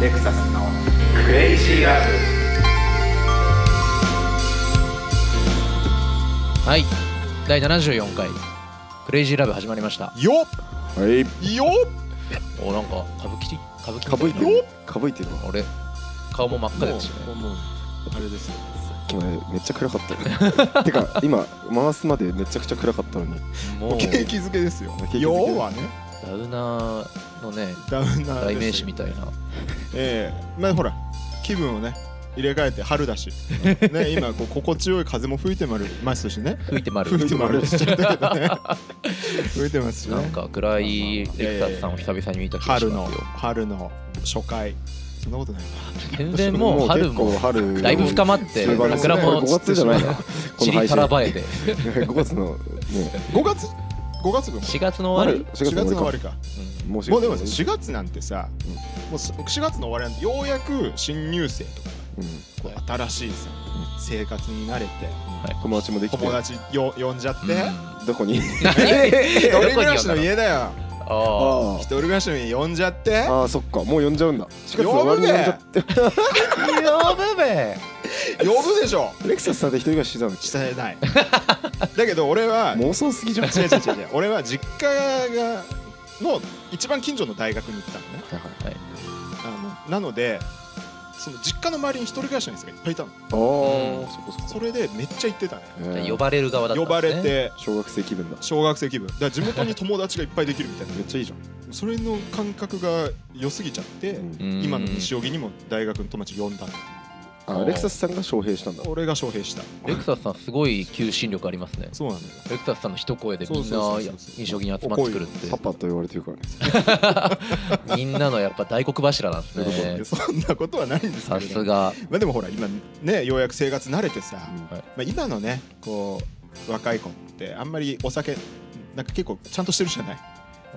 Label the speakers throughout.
Speaker 1: レクサスの
Speaker 2: クレイジーラブ
Speaker 3: はい第74回「クレイジーラブ」始まりました
Speaker 4: よ
Speaker 5: はい。
Speaker 4: っよ
Speaker 3: おなんか歌舞伎歌舞伎
Speaker 5: かぶい
Speaker 3: み
Speaker 5: て
Speaker 3: たい
Speaker 5: る。かぶいてるわ。
Speaker 3: な俺顔も真っ赤ですよね
Speaker 4: もうもうあれですよ
Speaker 5: 今めっちゃ暗かった よ。てか今回すまでめちゃくちゃ暗かったのに。
Speaker 3: もう
Speaker 4: 景気づけですよ
Speaker 5: 景気づけ
Speaker 4: よはね
Speaker 3: ダウナーのね
Speaker 4: ダウナー
Speaker 3: 代名
Speaker 4: で
Speaker 3: 詞
Speaker 4: す
Speaker 3: みたいな
Speaker 4: ええまあほら気分をね入れ替えて春だしね今こう心地よい風も吹いてまるますしね
Speaker 3: 吹いてまる
Speaker 4: 吹いてまるしちゃったけどね吹いてますし
Speaker 3: なん
Speaker 4: ね
Speaker 3: か暗いレクサスさんを久々に見た気がし
Speaker 4: 春の
Speaker 3: ますよ
Speaker 4: 春の初回そんなことないか
Speaker 3: 全然もう春
Speaker 5: 結構
Speaker 3: も
Speaker 5: 春
Speaker 3: だいぶ深まっ
Speaker 5: そ
Speaker 3: て
Speaker 5: うだね
Speaker 3: 桜も
Speaker 5: 5月じゃないな。この
Speaker 3: 散り
Speaker 5: 配
Speaker 3: た
Speaker 5: 信。
Speaker 3: ら ばえで
Speaker 5: 5月のね。
Speaker 4: 5月5月分も
Speaker 3: 4月の終わり
Speaker 5: 4
Speaker 4: 4月の終わ
Speaker 5: り
Speaker 4: りか
Speaker 5: もう4
Speaker 4: もうでもさ
Speaker 5: 月
Speaker 4: 4月なんてさ、
Speaker 5: うん
Speaker 4: もうす4月の終わりなんてようやく新入生とか
Speaker 5: うん
Speaker 4: こう新しいさ、生活に慣れて
Speaker 5: 友達もできて
Speaker 4: 友。達よ呼んじゃって、
Speaker 5: どこに？
Speaker 4: 一人暮らし
Speaker 3: どこに呼んだ
Speaker 4: の
Speaker 3: の
Speaker 4: 家だよ
Speaker 3: あ
Speaker 5: あ
Speaker 4: 一人暮らしの家呼んじゃって
Speaker 5: あ。 ああそっかもう呼んじゃうんだ。4月の終わりに呼んじゃって。
Speaker 3: あ呼ぶべ
Speaker 4: 呼ぶでしょ
Speaker 5: レクサスさんって一人暮らししてた の。
Speaker 4: して ないだけど俺は違
Speaker 5: 妄想すぎじゃん。
Speaker 4: う違う違う違う俺は実家がの一番近所の大学に行ったのね
Speaker 3: はい
Speaker 4: あのなのでその実家の周りに一人暮らしの人がいっぱいいたの
Speaker 5: ああ
Speaker 3: うん
Speaker 5: そこそこ。
Speaker 4: それでめっちゃ行ってたね
Speaker 3: じゃあ
Speaker 5: ええ
Speaker 3: 呼ばれる側だったん
Speaker 4: 呼ば
Speaker 3: ですね
Speaker 4: れて
Speaker 5: 小学生気分だ。
Speaker 4: 小学生気分だから地元に友達がいっぱいできるみたいな
Speaker 5: めっちゃいいじゃん。
Speaker 4: それの感覚が良すぎちゃって、
Speaker 5: うん
Speaker 3: うん
Speaker 4: 今の西荻にも大学の友達呼んだの
Speaker 5: あレクサスさんが招聘したんだ。
Speaker 4: 俺が招聘した
Speaker 3: レクサスさんすごい求心力ありますね
Speaker 4: そうなんだよ
Speaker 3: レクサスさんの一声でみんな
Speaker 4: そうそうそうそう
Speaker 3: 印象に集まってくるって
Speaker 5: パパと言われてるからね。
Speaker 3: みんなのやっぱ大黒柱なんです
Speaker 4: ということ
Speaker 3: ね
Speaker 4: でそんなことはないんですけ
Speaker 3: さ
Speaker 4: れ
Speaker 3: す
Speaker 4: ど
Speaker 3: が
Speaker 4: まあでもほら今ねようやく生活慣れてさ、
Speaker 5: うん
Speaker 4: まあ、今のねこう若い子ってあんまりお酒なんか結構ちゃんとしてるじゃない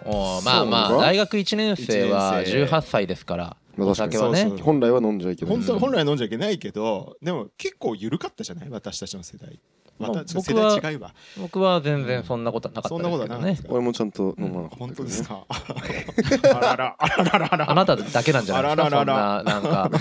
Speaker 3: おーまあま
Speaker 5: そう
Speaker 3: あ
Speaker 5: なの
Speaker 3: 大学1年生は
Speaker 4: 一年生
Speaker 3: 18歳ですから
Speaker 5: まあ
Speaker 3: お酒は
Speaker 4: そう
Speaker 3: ね
Speaker 4: そう
Speaker 5: 本来は飲んじゃいけない。
Speaker 4: 本当は
Speaker 3: うん
Speaker 4: 本来飲んじゃいけないけどでも結構緩かったじゃない私たちの世代
Speaker 3: まあ
Speaker 4: 私
Speaker 3: 僕
Speaker 4: 世
Speaker 3: は
Speaker 4: 代違いわ
Speaker 3: 僕は全然そんなことはなかった
Speaker 4: そん
Speaker 3: で
Speaker 4: なこ
Speaker 3: す
Speaker 4: と
Speaker 3: け
Speaker 4: はな
Speaker 3: ど
Speaker 4: かったで
Speaker 3: ね
Speaker 4: すか
Speaker 5: 俺もちゃんと飲まなかったけどね。
Speaker 4: 本当ですかあららあらららら
Speaker 3: あなただけなんじゃないですかそ
Speaker 4: あら
Speaker 3: んな
Speaker 4: ら
Speaker 3: なんか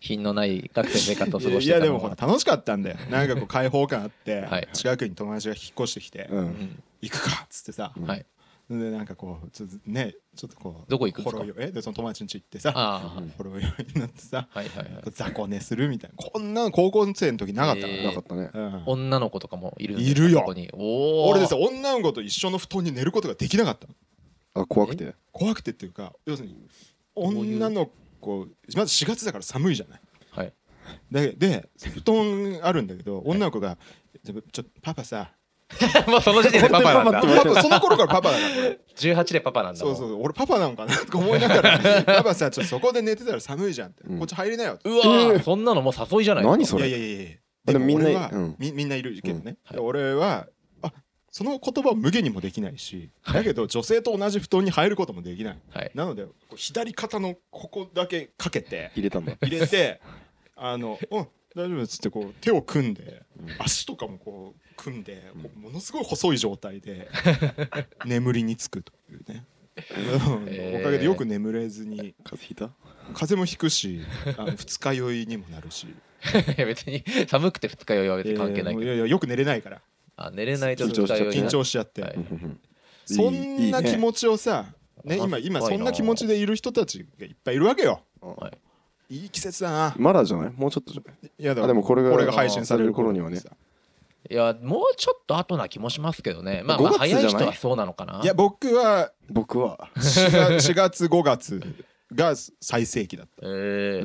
Speaker 3: 品のない学生生活を過ごし
Speaker 4: い
Speaker 3: てた
Speaker 4: や
Speaker 3: の
Speaker 4: でもほら楽しかったんだよなんかこう開放感あって、
Speaker 3: はい
Speaker 4: 近くに友達が引っ越してきて、
Speaker 5: うん。
Speaker 4: 行くかっつってさ、
Speaker 3: うんはい
Speaker 4: でなんかこうちょっとねちょっとこう
Speaker 3: どこ行くんですか
Speaker 4: ほろ酔いえでその友達ん家行ってさ
Speaker 3: あ
Speaker 4: ほろ酔いになってさ
Speaker 3: あはいはいはい
Speaker 4: 雑魚寝するみたいなこんなの高校生の時なかったから、
Speaker 3: えー
Speaker 5: なかったね。
Speaker 4: うん
Speaker 3: 女の子とかもいるんですか
Speaker 4: いるよ
Speaker 3: そこにおお
Speaker 4: 俺ですよ女の子と一緒の布団に寝ることができなかったの
Speaker 5: あ怖くて。
Speaker 4: 怖くてっていうか要するに
Speaker 3: ういう
Speaker 4: 女の子まず4月だから寒いじゃない
Speaker 3: はい
Speaker 4: でで布団あるんだけど女の子が「ちょちょパパさ
Speaker 3: もうその時点でパパなんだ
Speaker 4: パパその頃からパパだから 俺
Speaker 3: 18でパパなんだ
Speaker 4: そ
Speaker 3: も
Speaker 4: うんそう俺パパなのかなとか思いなが らパパさちょっとそこで寝てたら寒いじゃんって、
Speaker 5: うん
Speaker 4: こっち入れなよって
Speaker 3: うわーそんなのもう誘いじゃないですか
Speaker 5: 何そ
Speaker 4: いやい
Speaker 5: れ。
Speaker 4: やいやいや
Speaker 5: でもみんな
Speaker 4: 俺は、
Speaker 5: うん
Speaker 4: みみんないるけどね、
Speaker 3: うん
Speaker 4: で俺はあその言葉を無限にもできないしだけど女性と同じ布団に入ることもできない
Speaker 3: はい
Speaker 4: なのでこう左肩のここだけかけて
Speaker 5: 入れたんだ。
Speaker 4: 入れてあの「うん大丈夫」っつってこう手を組んで足とかもこう組んでこうものすごい細い状態で眠りにつくという
Speaker 3: えー
Speaker 4: ね。うんおかげでよく眠れずに
Speaker 5: 風邪ひいた？
Speaker 4: 風邪もひくしあの二日酔いにもなるし
Speaker 3: いや 別に寒くて二日酔いは別に関係ない
Speaker 4: えーも
Speaker 3: け
Speaker 4: うい
Speaker 3: ど、
Speaker 4: やいやよく寝れないから
Speaker 3: あ寝れないと二
Speaker 5: 緊張し
Speaker 3: 日
Speaker 5: ちゃう
Speaker 3: 酔いに
Speaker 4: 緊
Speaker 3: な
Speaker 4: 張しちゃって、
Speaker 3: はい
Speaker 5: うんうん
Speaker 4: そんな気持ちをさね
Speaker 3: いいね
Speaker 4: 今今
Speaker 3: あ
Speaker 4: そんな気持ちでいる人たちがいっぱいいるわけよ
Speaker 3: はい
Speaker 4: いい季節だな
Speaker 5: まだじゃない？もうちょっとじゃない。
Speaker 4: いやだから
Speaker 5: あでもこれが
Speaker 4: 配信される頃
Speaker 5: される頃にはね
Speaker 3: いやもうちょっと後な気もしますけどねまあ
Speaker 5: 5
Speaker 3: まあ
Speaker 5: 月じ
Speaker 3: 早
Speaker 5: ゃない
Speaker 3: い人はそうなのかない
Speaker 4: や僕は
Speaker 5: 僕は
Speaker 4: 4月 ,4 月5月が最盛期だった
Speaker 3: え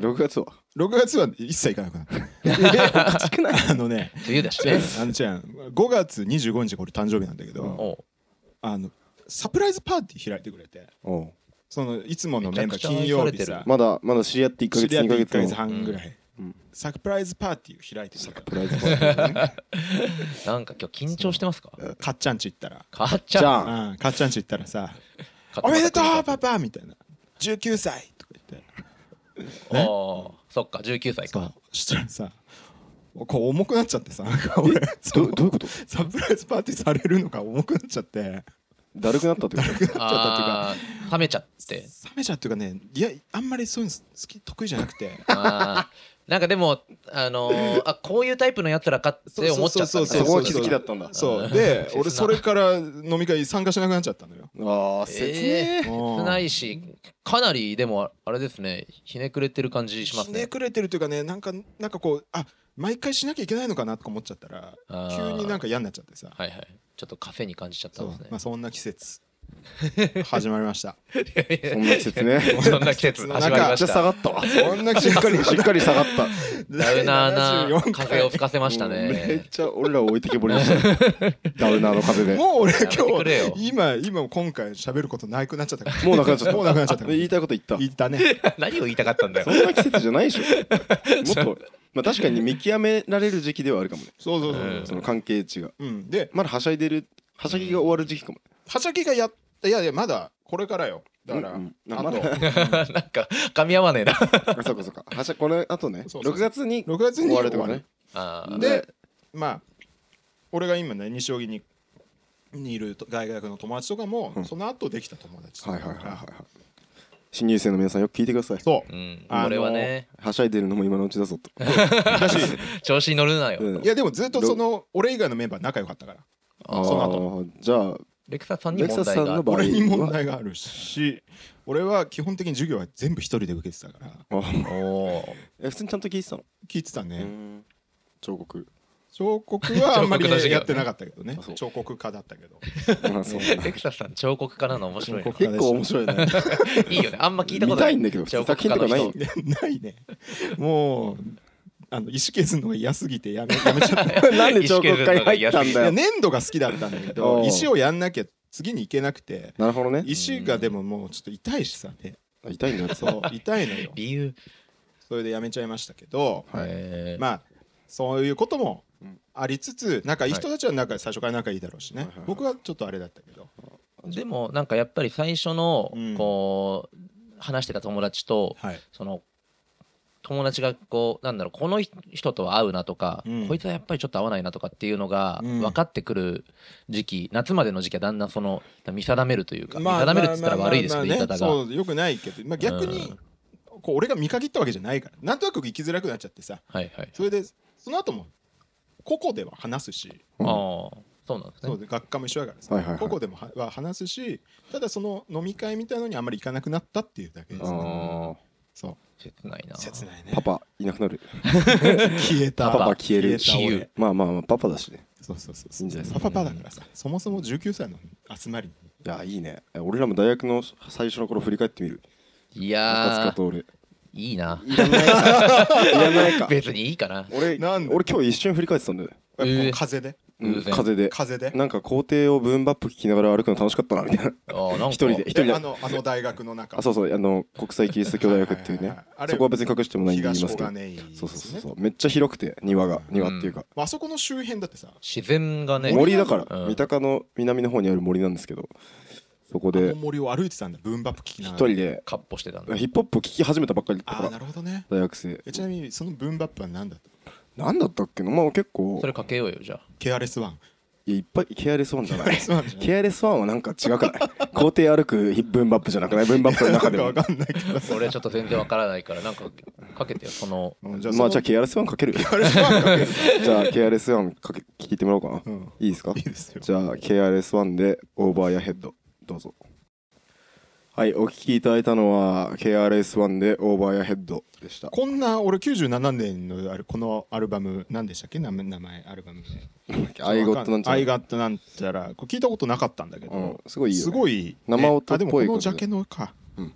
Speaker 3: ー、
Speaker 5: 6月は。
Speaker 4: 6月は一切行かなくなった
Speaker 5: おかしくない？
Speaker 4: あのね
Speaker 3: 梅雨だし
Speaker 4: 違う
Speaker 3: ね
Speaker 4: あのちゃん5月25日が俺誕生日なんだけど
Speaker 3: おう
Speaker 4: あのサプライズパーティー開いてくれて
Speaker 5: おう
Speaker 4: そのいつものメン
Speaker 3: め
Speaker 4: バー
Speaker 3: ちゃくちゃ
Speaker 4: 金
Speaker 3: 愛さ
Speaker 4: 曜
Speaker 3: れ
Speaker 4: 日
Speaker 3: てる
Speaker 4: さ
Speaker 5: まだまだ知り合って1ヶ
Speaker 4: 知
Speaker 5: 月
Speaker 4: り合っ
Speaker 5: 2ヶ
Speaker 4: て1
Speaker 5: 月
Speaker 4: ヶ
Speaker 5: の
Speaker 4: 月半ぐらい、
Speaker 5: うん
Speaker 4: サプライズパーティーを開いてくれた
Speaker 5: プライズパーティー
Speaker 3: なんか今日緊張してますか
Speaker 4: かっちゃんち行ったら
Speaker 3: かっち
Speaker 5: じ
Speaker 3: ゃん
Speaker 5: ゃあ
Speaker 4: うん、かっちゃんち行ったらさ
Speaker 3: かっ
Speaker 4: 「
Speaker 3: ちゃ
Speaker 4: お
Speaker 3: ん
Speaker 4: めでとうパパ!」みたいな「19歳!」とか言って
Speaker 3: おおそっか19歳
Speaker 4: そ
Speaker 3: か
Speaker 4: うしたらさこう重くなっちゃってさなんか俺そ
Speaker 5: ど
Speaker 4: の
Speaker 5: どういうこと？
Speaker 4: サプライズパーティーされるのが重くなっちゃって
Speaker 5: だるくなったってこと
Speaker 4: くなっちゃったっていうか
Speaker 3: あー冷めちゃって
Speaker 4: 冷めちゃうっていうかねいやあんまりそういうの好き得意じゃなくて
Speaker 3: あーなんかでもあのーあこういうタイプのやつらかって思っちゃったんだ
Speaker 5: そ
Speaker 4: そうそう
Speaker 5: こ
Speaker 4: そう
Speaker 5: が気づきだったんだ
Speaker 4: そう
Speaker 3: うん
Speaker 4: で
Speaker 3: 切な
Speaker 4: 俺それから飲み会参加しなくなっちゃったのよ
Speaker 5: ああ切ね
Speaker 3: え
Speaker 5: え
Speaker 3: ー、少ないしかなりでもあれですねひねくれてる感じします
Speaker 4: ひね
Speaker 3: ね
Speaker 4: くれてるというかねなんかなんかこうあ毎回しなきゃいけないのかなとか思っちゃったら
Speaker 3: あ
Speaker 4: 急
Speaker 3: ー
Speaker 4: になんか嫌になっちゃってさ
Speaker 3: はいはいちょっとカフェに感じちゃった
Speaker 4: そ
Speaker 3: んで
Speaker 4: う
Speaker 3: すね
Speaker 4: まあそんな季節始まりました
Speaker 5: そんな季節ね
Speaker 3: そんな季節
Speaker 4: なんか
Speaker 3: 始まり
Speaker 5: め
Speaker 3: ま
Speaker 5: っち
Speaker 3: し
Speaker 5: ゃ下
Speaker 3: た
Speaker 5: が ったわ
Speaker 4: そんな季
Speaker 5: しっか りしっかり下がった
Speaker 3: ダウナーな
Speaker 4: 74
Speaker 3: 風を吹かせました
Speaker 5: うん め
Speaker 3: ね
Speaker 5: っちゃ俺らを置いてけぼりました ねダウナーの風でも
Speaker 4: もう俺
Speaker 3: やめてくれよ
Speaker 4: 今日今今今回喋ることなくなっちゃったから
Speaker 5: うなくなっちゃった
Speaker 4: もうなくなっちゃった
Speaker 5: で言いたいこと言った
Speaker 4: 言ったね
Speaker 3: 何を言いたかったんだよ
Speaker 5: そんな季節じゃないでし ょもっとまあ確かに見極められる時期ではあるかもね
Speaker 4: そうそうそううん
Speaker 5: その関係値が
Speaker 4: うんで
Speaker 5: まだはしゃいでるはしゃぎが終わる時期かも
Speaker 4: はしゃぎがやったいやいやまだこれからよだから、
Speaker 5: うんうん
Speaker 4: あ
Speaker 5: ま
Speaker 4: と
Speaker 3: な
Speaker 5: だ
Speaker 3: んか噛み合わねえな
Speaker 5: あそうかそうかはしゃこのあとね
Speaker 4: そうそう
Speaker 5: 6月に
Speaker 4: 6月に
Speaker 5: 終わるとかね
Speaker 3: あー
Speaker 5: うん
Speaker 4: でまあ俺が今ね西荻ににいると外学の友達とかも、
Speaker 5: うん
Speaker 4: その後できた友達と
Speaker 5: はい
Speaker 4: か
Speaker 5: はいはいはい
Speaker 4: が
Speaker 5: はい新入生の皆さんよく聞いてください
Speaker 4: そう
Speaker 3: うん、
Speaker 4: あのー
Speaker 3: 俺はね
Speaker 5: はしゃいでるのも今のうちだぞ と
Speaker 4: だし
Speaker 3: 調子に乗るなよ、
Speaker 5: うん
Speaker 4: いやでもずっとその俺以外のメンバー仲良かったから
Speaker 5: あ
Speaker 4: その
Speaker 5: ーじゃあ
Speaker 3: レクサスさんに
Speaker 5: レク
Speaker 3: 問
Speaker 5: サ
Speaker 3: 題
Speaker 5: スさん
Speaker 3: がある
Speaker 5: の場合は
Speaker 4: 俺に問題があるし俺は基本的に授業は全部一人で受けてたから
Speaker 5: あ
Speaker 3: おー
Speaker 5: え普通にちゃんと聞いてたの
Speaker 4: 聞いてたね、
Speaker 5: うん彫 刻
Speaker 4: 彫刻はあんまり
Speaker 3: 彫刻の授業
Speaker 4: やってなかったけどね
Speaker 5: あそう
Speaker 4: 彫刻家だったけど
Speaker 5: まあそう
Speaker 3: レクサスさん彫刻家なの面白いな
Speaker 4: 彫刻
Speaker 5: 結構面白いね
Speaker 3: いいよねあんま聞いたことな
Speaker 5: 見た
Speaker 3: い
Speaker 5: いんだけど
Speaker 3: 彫
Speaker 5: 作
Speaker 3: 刻家
Speaker 5: 品と
Speaker 3: の
Speaker 5: か
Speaker 3: 人
Speaker 5: ない
Speaker 4: いやないねもうあの石削るのが嫌すぎてやめやめちゃった い
Speaker 5: なんで彫刻家に入ったんだ
Speaker 4: や
Speaker 5: よ
Speaker 4: 粘土が好きだったんだけ
Speaker 5: お
Speaker 4: ど
Speaker 5: う
Speaker 4: 石をやんなきゃ次に行けなくて
Speaker 5: なるほどね
Speaker 4: 石がでももうちょっと痛いしさね
Speaker 5: あ痛いんだよ
Speaker 4: そう痛い のよ
Speaker 3: 理由
Speaker 4: それでやめちゃいましたけど、
Speaker 3: えー
Speaker 4: まあそういうことも
Speaker 5: うん
Speaker 4: ありつつ仲いい人たちは仲、最初から仲いいだろうし
Speaker 5: は
Speaker 4: ね、
Speaker 5: いはいはい
Speaker 4: 僕はちょっとあれだったけど
Speaker 3: でもなんかやっぱり最初の
Speaker 4: うん
Speaker 3: こう、話してた友達と
Speaker 4: はい
Speaker 3: その友達がこうなんだろうこの人とは合うなとか、
Speaker 4: うん
Speaker 3: こいつはやっぱりちょっと合わないなとかっていうのが
Speaker 4: うん
Speaker 3: 分かってくる時期、夏までの時期はだんだんその見定めるというか、
Speaker 4: ま
Speaker 3: 見
Speaker 4: あ
Speaker 3: 定めるって言ったら悪いですけど、
Speaker 4: まあまあ
Speaker 3: 言い方
Speaker 4: ま
Speaker 3: が
Speaker 4: あね、そうよくないけど、まあ、逆に、こう俺が見限ったわけじゃないからなんとなく生きづらくなっちゃってさ
Speaker 3: はいはい、
Speaker 4: それでその後も個々では話すし、
Speaker 5: うん
Speaker 3: ああそうなんです
Speaker 4: そう
Speaker 3: ね
Speaker 4: で学科も一緒だからさ、
Speaker 5: はいはいはい
Speaker 4: 個々でもはは話すしただその飲み会みたいのにあんまり行かなくなったっていうだけです、ね、
Speaker 5: あ
Speaker 4: そう
Speaker 3: 切ないな
Speaker 4: 切ないね
Speaker 5: ーパパいなくなる
Speaker 4: 消えた
Speaker 5: パパ消える
Speaker 4: 消えた俺
Speaker 5: まあまあまあパパだしね
Speaker 4: そうそうそう
Speaker 5: いいんじゃないですか
Speaker 4: パパパだからさそもそも19歳の集まりに
Speaker 5: いやいいねえ俺らも大学の最初の頃振り返ってみる
Speaker 3: い
Speaker 5: 赤
Speaker 3: や
Speaker 5: 塚
Speaker 3: ー
Speaker 5: と俺
Speaker 3: いいない
Speaker 5: らないかいらないか
Speaker 3: 別にいいかな
Speaker 5: 俺
Speaker 4: なんで
Speaker 5: 俺今日一瞬振り返ってたんだよね
Speaker 4: やっぱ
Speaker 3: えー
Speaker 4: 風で
Speaker 5: うん
Speaker 3: 偶然
Speaker 5: 風で
Speaker 4: 風で
Speaker 5: なんか校庭をブーンバップ聞きながら歩くの楽しかったなみたいな
Speaker 3: あーなんか
Speaker 5: 一人で一人
Speaker 4: で
Speaker 5: で
Speaker 4: あのあの大学の中
Speaker 5: あそうそうあの国際キリスト教大学っていう
Speaker 4: はいはい
Speaker 5: ね
Speaker 4: はいあれ
Speaker 5: そこは別に隠してもないんで言い
Speaker 4: 東
Speaker 5: ます
Speaker 4: 小
Speaker 5: けど
Speaker 4: 金井ですね
Speaker 5: そうそうそうそうめっちゃ広くて庭が庭っていうか
Speaker 4: まああそこの周辺だってさ
Speaker 3: 自然がね
Speaker 5: 森だから
Speaker 3: うん
Speaker 5: 三鷹の南の方にある森なんですけどそこ
Speaker 4: あ
Speaker 5: で
Speaker 4: の森を歩いてたんだブンバップ聞きな
Speaker 5: 一
Speaker 4: がら
Speaker 5: 人で
Speaker 3: カッポしてたんだ
Speaker 5: ヒップホップを聴き始めたばっかりだ
Speaker 4: あ
Speaker 5: か
Speaker 4: あ
Speaker 5: ら
Speaker 4: なるほどね
Speaker 5: 大学生
Speaker 4: えちなみにそのブンバップは何だった
Speaker 5: なんだったっけなまあ結構
Speaker 3: それかけようよじゃあ
Speaker 4: ケアレスワン
Speaker 5: いやいっぱいケアレスワンじゃな
Speaker 4: ケ
Speaker 5: い
Speaker 4: アレスワンじゃない
Speaker 5: ケアレスワンはなんか違くない校庭歩くヒップブンバップじゃなくないブンバップの
Speaker 4: な
Speaker 5: 中
Speaker 4: ん
Speaker 5: で
Speaker 4: か
Speaker 5: も
Speaker 4: わかんないけ どさ
Speaker 3: 俺ちょっと全然わからないからなんかかけてよその
Speaker 4: うん
Speaker 5: まあじゃ
Speaker 4: そ
Speaker 5: あケアレスワンかける
Speaker 4: のケアレスワンかける
Speaker 5: じゃあケアレスワンかけ聞いてもらおうかな、
Speaker 4: うん
Speaker 5: いいですか
Speaker 4: いいですよ
Speaker 5: じゃあ KRS1 でオーバーやヘッドどうぞはいお聞きいただいたのは KRS1 でオーバーやヘッドでした
Speaker 4: こんな俺97年のあれこのアルバム何でしたっけ名前名前アルバム
Speaker 5: アイゴットなんちゃ
Speaker 4: アイ
Speaker 5: ら
Speaker 4: ガットなんちゃらこれ聞いたことなかったんだけ
Speaker 5: うん
Speaker 4: ど
Speaker 5: すごいいいよ
Speaker 4: すごい
Speaker 5: 生音っぽい
Speaker 4: あでもこの
Speaker 5: 感
Speaker 4: ジ
Speaker 5: じ
Speaker 4: ャケのか
Speaker 5: うん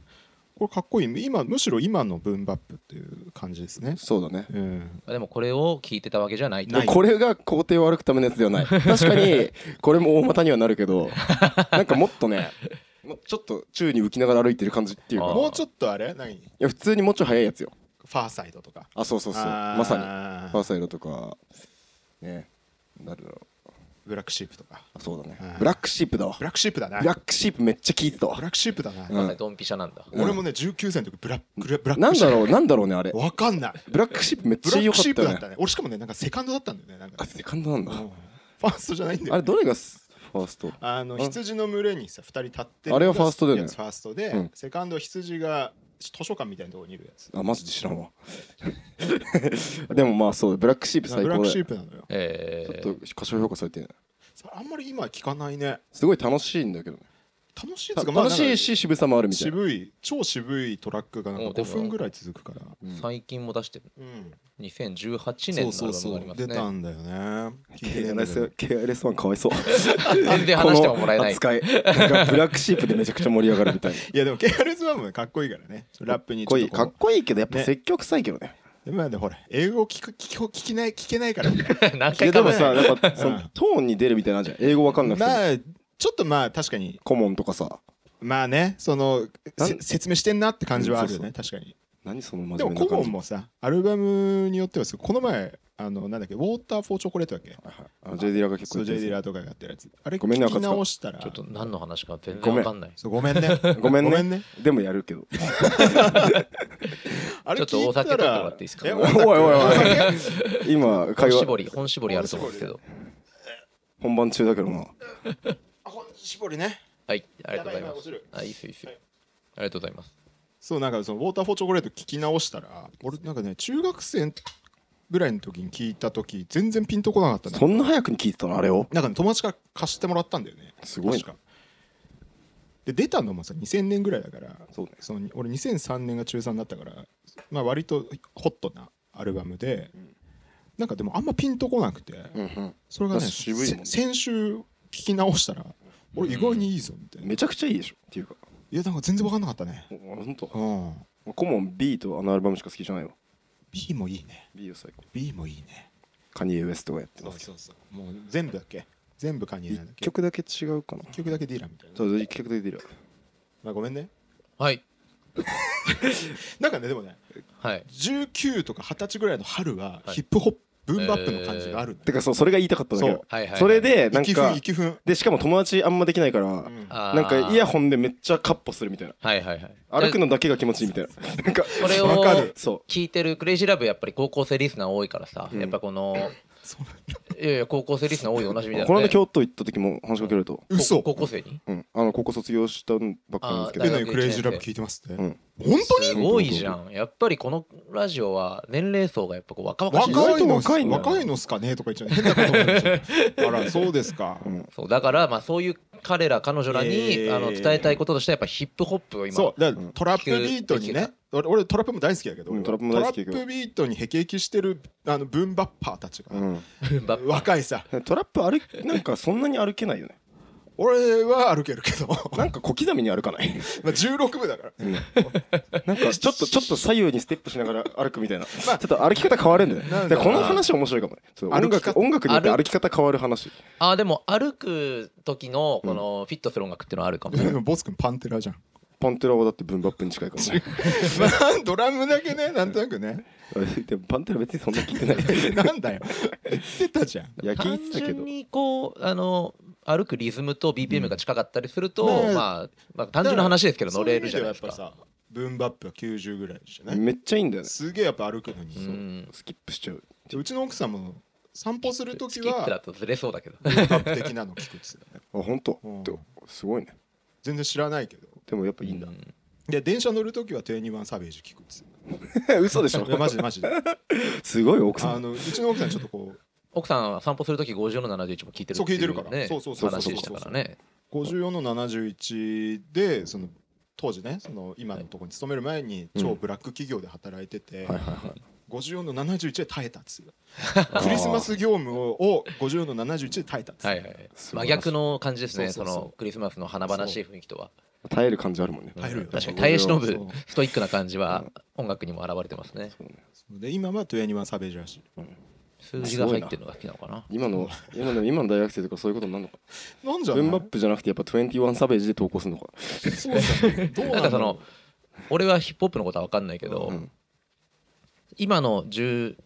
Speaker 4: これかっこいい今むしろ今のブンバップっていう感じですね
Speaker 5: そうだね
Speaker 4: うん
Speaker 3: でもこれを聞いてたわけじゃない
Speaker 4: ない
Speaker 5: これが校庭を歩くためのやつではない確か にこれも大股にはなるけどなんかもっとねもうちょっと宙に浮きながら歩いてる感じっていう
Speaker 3: あ
Speaker 5: か
Speaker 3: ー
Speaker 5: もう
Speaker 4: もうちょっとあれ何フ
Speaker 5: いや普通にもうちょい速いやつよ
Speaker 4: ァーサイドとか
Speaker 5: あそうそうそう
Speaker 4: あー
Speaker 5: まさにファーサイドとかねなるだろう
Speaker 4: ブラックシープとか
Speaker 5: あそうだね
Speaker 4: あー
Speaker 5: ブラックシープだわ
Speaker 4: ブラックシープだな
Speaker 5: ブラックシープめっちゃ聞いてたわ
Speaker 4: ブラックシープだな、
Speaker 5: うん
Speaker 3: ドンピシャなんだ
Speaker 5: うん
Speaker 4: 俺もね19歳の時ブラックブラック
Speaker 5: なんだろう、なんだろうね、あれ
Speaker 4: う。わかんない
Speaker 5: ブラックシープめっ
Speaker 4: ブ
Speaker 5: ち
Speaker 4: ラ
Speaker 5: ゃ
Speaker 4: ッ
Speaker 5: 良
Speaker 4: ク
Speaker 5: かっ
Speaker 4: シープ
Speaker 5: た
Speaker 4: だ
Speaker 5: よ
Speaker 4: った
Speaker 5: ね。
Speaker 4: ね俺しかもねなんかセカンドだったんだよねなんか
Speaker 5: あ、セカンドなんだ
Speaker 4: うん。ファーストじゃないんだ
Speaker 5: あれ、
Speaker 4: よ
Speaker 5: どれがすファースト
Speaker 4: あの
Speaker 5: あ
Speaker 4: 羊の群れにさ2人立ってる
Speaker 5: あれはファーストだよね
Speaker 4: やつファーストで、
Speaker 5: うん
Speaker 4: セカンドは羊が図書館みたいなところにいるやつ
Speaker 5: あマジで知らんわ でもまあそうブラックシープ最
Speaker 4: ブ
Speaker 5: 高
Speaker 4: ラ
Speaker 5: だ
Speaker 4: ッ
Speaker 5: よ
Speaker 4: ク
Speaker 5: ち
Speaker 4: シ
Speaker 5: ょ
Speaker 4: ープなのよ
Speaker 3: え
Speaker 5: っ
Speaker 3: ー
Speaker 5: と過小評価されてる
Speaker 4: それあんまり今聞かないね
Speaker 5: すごい楽しいんだけどね
Speaker 4: 楽しいや
Speaker 5: た
Speaker 4: つがまあ
Speaker 5: 楽しいし渋さもあるみたいな
Speaker 4: 渋い超渋いトラックがな
Speaker 3: お
Speaker 4: ん
Speaker 3: で
Speaker 4: か5
Speaker 3: も
Speaker 4: 分ぐらい続くから、
Speaker 3: 最近も出してる
Speaker 4: うん、
Speaker 3: 2018年のアルバムがあります
Speaker 4: 出た
Speaker 3: ね
Speaker 4: んだよね
Speaker 5: KRS1 かわ いそう
Speaker 3: 全然話してももらえない
Speaker 5: この扱いなんかブラックシープでめちゃくちゃ盛り上がるみた いな
Speaker 4: いやでも KRS1 もかっこいいからねラップに
Speaker 5: かっこいいかっこいいけどやっぱ
Speaker 4: ね
Speaker 5: 積極臭いけどね
Speaker 4: でもねほら英語聞く聞く聞きない聞けない から
Speaker 3: 何
Speaker 5: いや
Speaker 3: 回
Speaker 5: で
Speaker 3: か
Speaker 5: も
Speaker 3: ぶ
Speaker 5: さやっぱ
Speaker 4: ん
Speaker 5: そのトーンに出るみたいなのあるじゃん英語わかんなくても
Speaker 4: まあちょっとまあ確かに
Speaker 5: 顧問とかさ
Speaker 4: まあねその
Speaker 5: なん
Speaker 4: せ説明してんなって感じはあるよ
Speaker 5: う
Speaker 4: ね
Speaker 5: ん
Speaker 4: 確かに
Speaker 5: 何その真
Speaker 4: で
Speaker 5: 面
Speaker 4: も
Speaker 5: 目
Speaker 4: コ
Speaker 5: な感
Speaker 4: モ
Speaker 5: じ
Speaker 4: ンもさアルバムによってはすごいこの前あのなんだっけウォーターフォーチョコレートだっけ
Speaker 5: はいはいあの J ディラが結
Speaker 4: そ
Speaker 5: 構
Speaker 4: う J ディ
Speaker 5: ラ
Speaker 4: ラーとかがやってるやつあれ
Speaker 5: ごめんね
Speaker 4: 聞き直したら
Speaker 3: ちょっと何の話か全
Speaker 5: ご
Speaker 3: 然
Speaker 5: めん
Speaker 3: わかんない
Speaker 4: そうごめんね
Speaker 5: ごめん
Speaker 4: ごめん
Speaker 5: ね
Speaker 4: ね
Speaker 5: でもやるけど
Speaker 4: あれ
Speaker 3: ちょっとお酒
Speaker 4: 聞
Speaker 3: 取って
Speaker 4: いた
Speaker 3: もらっていいですか
Speaker 4: え
Speaker 5: おいおいおい 今会
Speaker 3: 本
Speaker 5: 話
Speaker 3: 絞り本絞りあると思うんですけど
Speaker 5: 本番中だけどな
Speaker 4: あほん絞りね
Speaker 3: はいありがとうございま
Speaker 4: やばい今落ち
Speaker 3: す
Speaker 4: る
Speaker 3: あいいっすいいっすありがとうございます
Speaker 4: そうなんかそのウォーターフォーチョコレート聞き直したら俺なんかね中学生ぐらいの時に聞いた時全然ピンとこなかったね
Speaker 5: そんな早くに聞いてたのあれを
Speaker 4: なんかね友達から貸してもらったんだよね
Speaker 5: すごいな
Speaker 4: 確かで出たのもさ2000年ぐらいだから
Speaker 5: そうね
Speaker 4: その俺2003年が中3だったからまあ割とホットなアルバムで、なんかでもあんまピンとこなくて、
Speaker 5: うんうん
Speaker 4: それがね
Speaker 5: だって渋いもんね
Speaker 4: せ先週聞き直したら俺意外にいいぞみたいな、
Speaker 5: めちゃくちゃいいでしょっていうか
Speaker 4: いやなんか全然分かんなかったね
Speaker 5: 本当
Speaker 4: うん
Speaker 5: 顧問 B とあのアルバムしか好きじゃないわ
Speaker 4: B もいいね
Speaker 5: B を最高
Speaker 4: B もいいね
Speaker 5: カニエ・ウエストがやってますけど
Speaker 4: そうそうもう全部だっけ全部カニエなんだっ
Speaker 5: 一
Speaker 4: け
Speaker 5: 曲
Speaker 4: 曲
Speaker 5: だけ違うかな
Speaker 4: 曲だけディーラーみたいな、
Speaker 5: そう一曲だけ出る
Speaker 4: まあ、ごめんね
Speaker 3: はい
Speaker 4: なんかねでもね
Speaker 3: はい
Speaker 4: 19とか20歳ぐらいの春は
Speaker 3: はい
Speaker 4: ヒップホップ、ブンバップの感じがあるんだよ
Speaker 5: てかそうそれが言いたかっただけだ
Speaker 4: そう
Speaker 3: はいはいはい
Speaker 5: それでなん
Speaker 4: 息分
Speaker 5: か
Speaker 4: 息分
Speaker 5: でしかも友達あんまできないから
Speaker 4: ん
Speaker 3: あー
Speaker 5: なんかイヤホンでめっちゃカッポするみたいな
Speaker 3: はいはいはい
Speaker 5: 歩くのだけが気持ちいい みたいななんか
Speaker 3: これを
Speaker 5: わかるそ
Speaker 3: 聞いてるクレイジーラブやっぱり高校生リスナー多いからさ、
Speaker 5: うん
Speaker 3: やっぱこのいやいや高校生リスナー多いでおなじみだ
Speaker 5: う
Speaker 3: よね
Speaker 5: この間京都行った時も話しかけると
Speaker 4: 嘘
Speaker 3: 高校生に
Speaker 5: うんあの高校卒業したばっかなんですけ
Speaker 3: あ
Speaker 5: ど
Speaker 3: ー
Speaker 4: で
Speaker 3: 大
Speaker 4: 何
Speaker 3: 学
Speaker 4: クレイジーラブ聞いてますって、
Speaker 5: うん
Speaker 4: 本当に
Speaker 3: すごいじゃんやっぱりこのラジオは年齢層がやっぱこう若々しい
Speaker 5: 若い
Speaker 4: 若いの
Speaker 5: 若いの
Speaker 4: 若いのっすかねとか言っちゃう変なことになっちゃうあらそうですか、
Speaker 5: ん
Speaker 3: そうだからまあそういう彼ら彼女らに、
Speaker 4: えー
Speaker 3: あの伝えたいこととしてはやっぱヒップホップを今
Speaker 4: そうだからトラップビートに
Speaker 3: 聞
Speaker 4: ね
Speaker 3: く
Speaker 4: 俺俺トラップも大好きだけど、
Speaker 5: うん
Speaker 4: 俺は
Speaker 5: トラップも大好きだけど
Speaker 4: トラップビートに辟易してるあのブンバッパーたちが、
Speaker 5: うん
Speaker 3: バッ
Speaker 4: 若いさ
Speaker 5: トラップ歩きなんかそんなに歩けないよね
Speaker 4: 俺は歩けるけど ま
Speaker 5: なんか小刻みに歩か ない
Speaker 4: あ16部だから
Speaker 5: なんかちょっとちょっと左右にステップしながら歩くみたい な、
Speaker 4: まあ
Speaker 5: ちょっと歩き方変わるんだよ
Speaker 4: な
Speaker 5: ね
Speaker 4: ん
Speaker 5: で
Speaker 4: だ
Speaker 5: この話面白いかもねちょっと音
Speaker 4: 歩き
Speaker 5: 楽
Speaker 4: 方
Speaker 5: 音楽によって歩き方変わる話
Speaker 3: あーでも歩く時のこのフィットする音楽っていうのはあるかも、
Speaker 4: でもボス君パンテラじゃん
Speaker 5: パンテラはだってブンバップに近いからね
Speaker 4: まあ ドラムだけねなんとなくね
Speaker 5: でもパンテラ別にそんな聞いてない
Speaker 4: なんだよ言ってたじゃん
Speaker 5: いや聞い
Speaker 3: 単
Speaker 5: てたけ
Speaker 3: 純
Speaker 5: ど
Speaker 3: にこうあの歩くリズムと BPM が近かったりすると、
Speaker 4: うんね
Speaker 3: まあ、まあ単純な話ですけど乗れるじゃないですか
Speaker 4: そうう意味ではやっぱさブンバップは90ぐらいじゃない、
Speaker 5: めっちゃいいんだよね
Speaker 4: すげえやっぱ歩くのに、
Speaker 3: う
Speaker 4: そうん
Speaker 5: スキップしちゃう
Speaker 4: でうちの奥さんも散歩するとき
Speaker 3: スキップだ
Speaker 4: は
Speaker 3: とずれそうだけど
Speaker 4: ブンバップ的なの聞くっつってたね
Speaker 5: あ本当
Speaker 4: うん
Speaker 5: とすごいね
Speaker 4: 全然知らないけど
Speaker 5: でもやっぱいいんだ
Speaker 3: う
Speaker 4: で電車乗るときは21サベージ聞くっつっ て
Speaker 5: 嘘でしたょ
Speaker 4: いやマジでマジで
Speaker 5: すごい奥さ
Speaker 4: あ
Speaker 5: ん
Speaker 4: のうちの奥さんちょっとこう
Speaker 3: 奥さんは散歩するとき50の71も聞いてる
Speaker 4: そう聞いてるから
Speaker 3: ね
Speaker 4: そうそうそうそう
Speaker 3: 話でしたからね
Speaker 4: 54の71でその当時ねその今のところに勤める前に超ブラック企業で働いて
Speaker 5: は
Speaker 4: て、
Speaker 5: いはいはい
Speaker 4: 54の71で耐えたっ つってたクリスマス業務をを54の71で耐えたっつってた
Speaker 3: はいはい
Speaker 5: 素晴
Speaker 3: 真
Speaker 5: らしい
Speaker 3: 逆の感じですね
Speaker 4: そ
Speaker 3: そう
Speaker 4: そうそう
Speaker 3: のクリスマスの華々しい雰囲気とは
Speaker 5: 耐える感じあるもんね
Speaker 4: 耐えるよ
Speaker 3: 確かに
Speaker 5: そう
Speaker 3: 耐え忍ぶ
Speaker 4: そう
Speaker 3: ストイックな感じは音楽にも表れてますね
Speaker 4: で今は21サベージらしい
Speaker 3: 数字が入ってるのが好きなのかな
Speaker 5: 今の今の今の大学生とかそういうことになるのか
Speaker 4: なんじゃな
Speaker 5: ブ
Speaker 4: い
Speaker 5: ンバップじゃなくてやっぱ21サベージで投稿するのか
Speaker 4: そうだねどう
Speaker 3: な
Speaker 4: なんん
Speaker 3: か
Speaker 4: だ
Speaker 3: そ
Speaker 4: ろ
Speaker 3: の俺はヒップホップのことは分かんないけど、
Speaker 5: うん
Speaker 3: 今の1918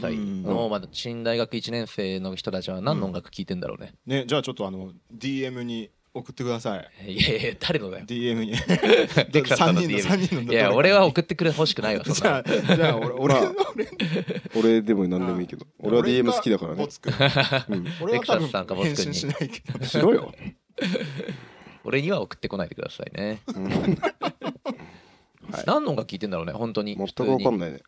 Speaker 3: 歳のまだ新大学1年生の人たちは何の音楽聴いてんだろうね、
Speaker 4: うねじゃあちょっとあの DM に送ってください
Speaker 3: いやいや誰のだよ
Speaker 4: DM に
Speaker 3: でかさんの
Speaker 4: 三人
Speaker 3: DM
Speaker 4: の三人のどれか
Speaker 3: いや俺は送ってくれほしくないわそん
Speaker 4: じ
Speaker 3: なの
Speaker 4: ゃあじ ゃあ俺俺
Speaker 5: まあ
Speaker 4: 俺
Speaker 5: 俺でも何でもいいけど俺は DM 好きだから
Speaker 4: ボ
Speaker 5: ね
Speaker 4: ツくん
Speaker 5: うん
Speaker 4: 俺は多
Speaker 3: レクサスさんか
Speaker 4: 分
Speaker 3: ボツ
Speaker 4: 返
Speaker 3: くんに
Speaker 4: 信しないけど
Speaker 5: しろよ
Speaker 3: 俺には送ってこないでくださいね
Speaker 5: うんはい
Speaker 3: 何の音楽聞いてんだろうね本当に
Speaker 5: 全
Speaker 3: 普
Speaker 5: く
Speaker 3: 通
Speaker 5: 分かん
Speaker 3: に
Speaker 5: ないね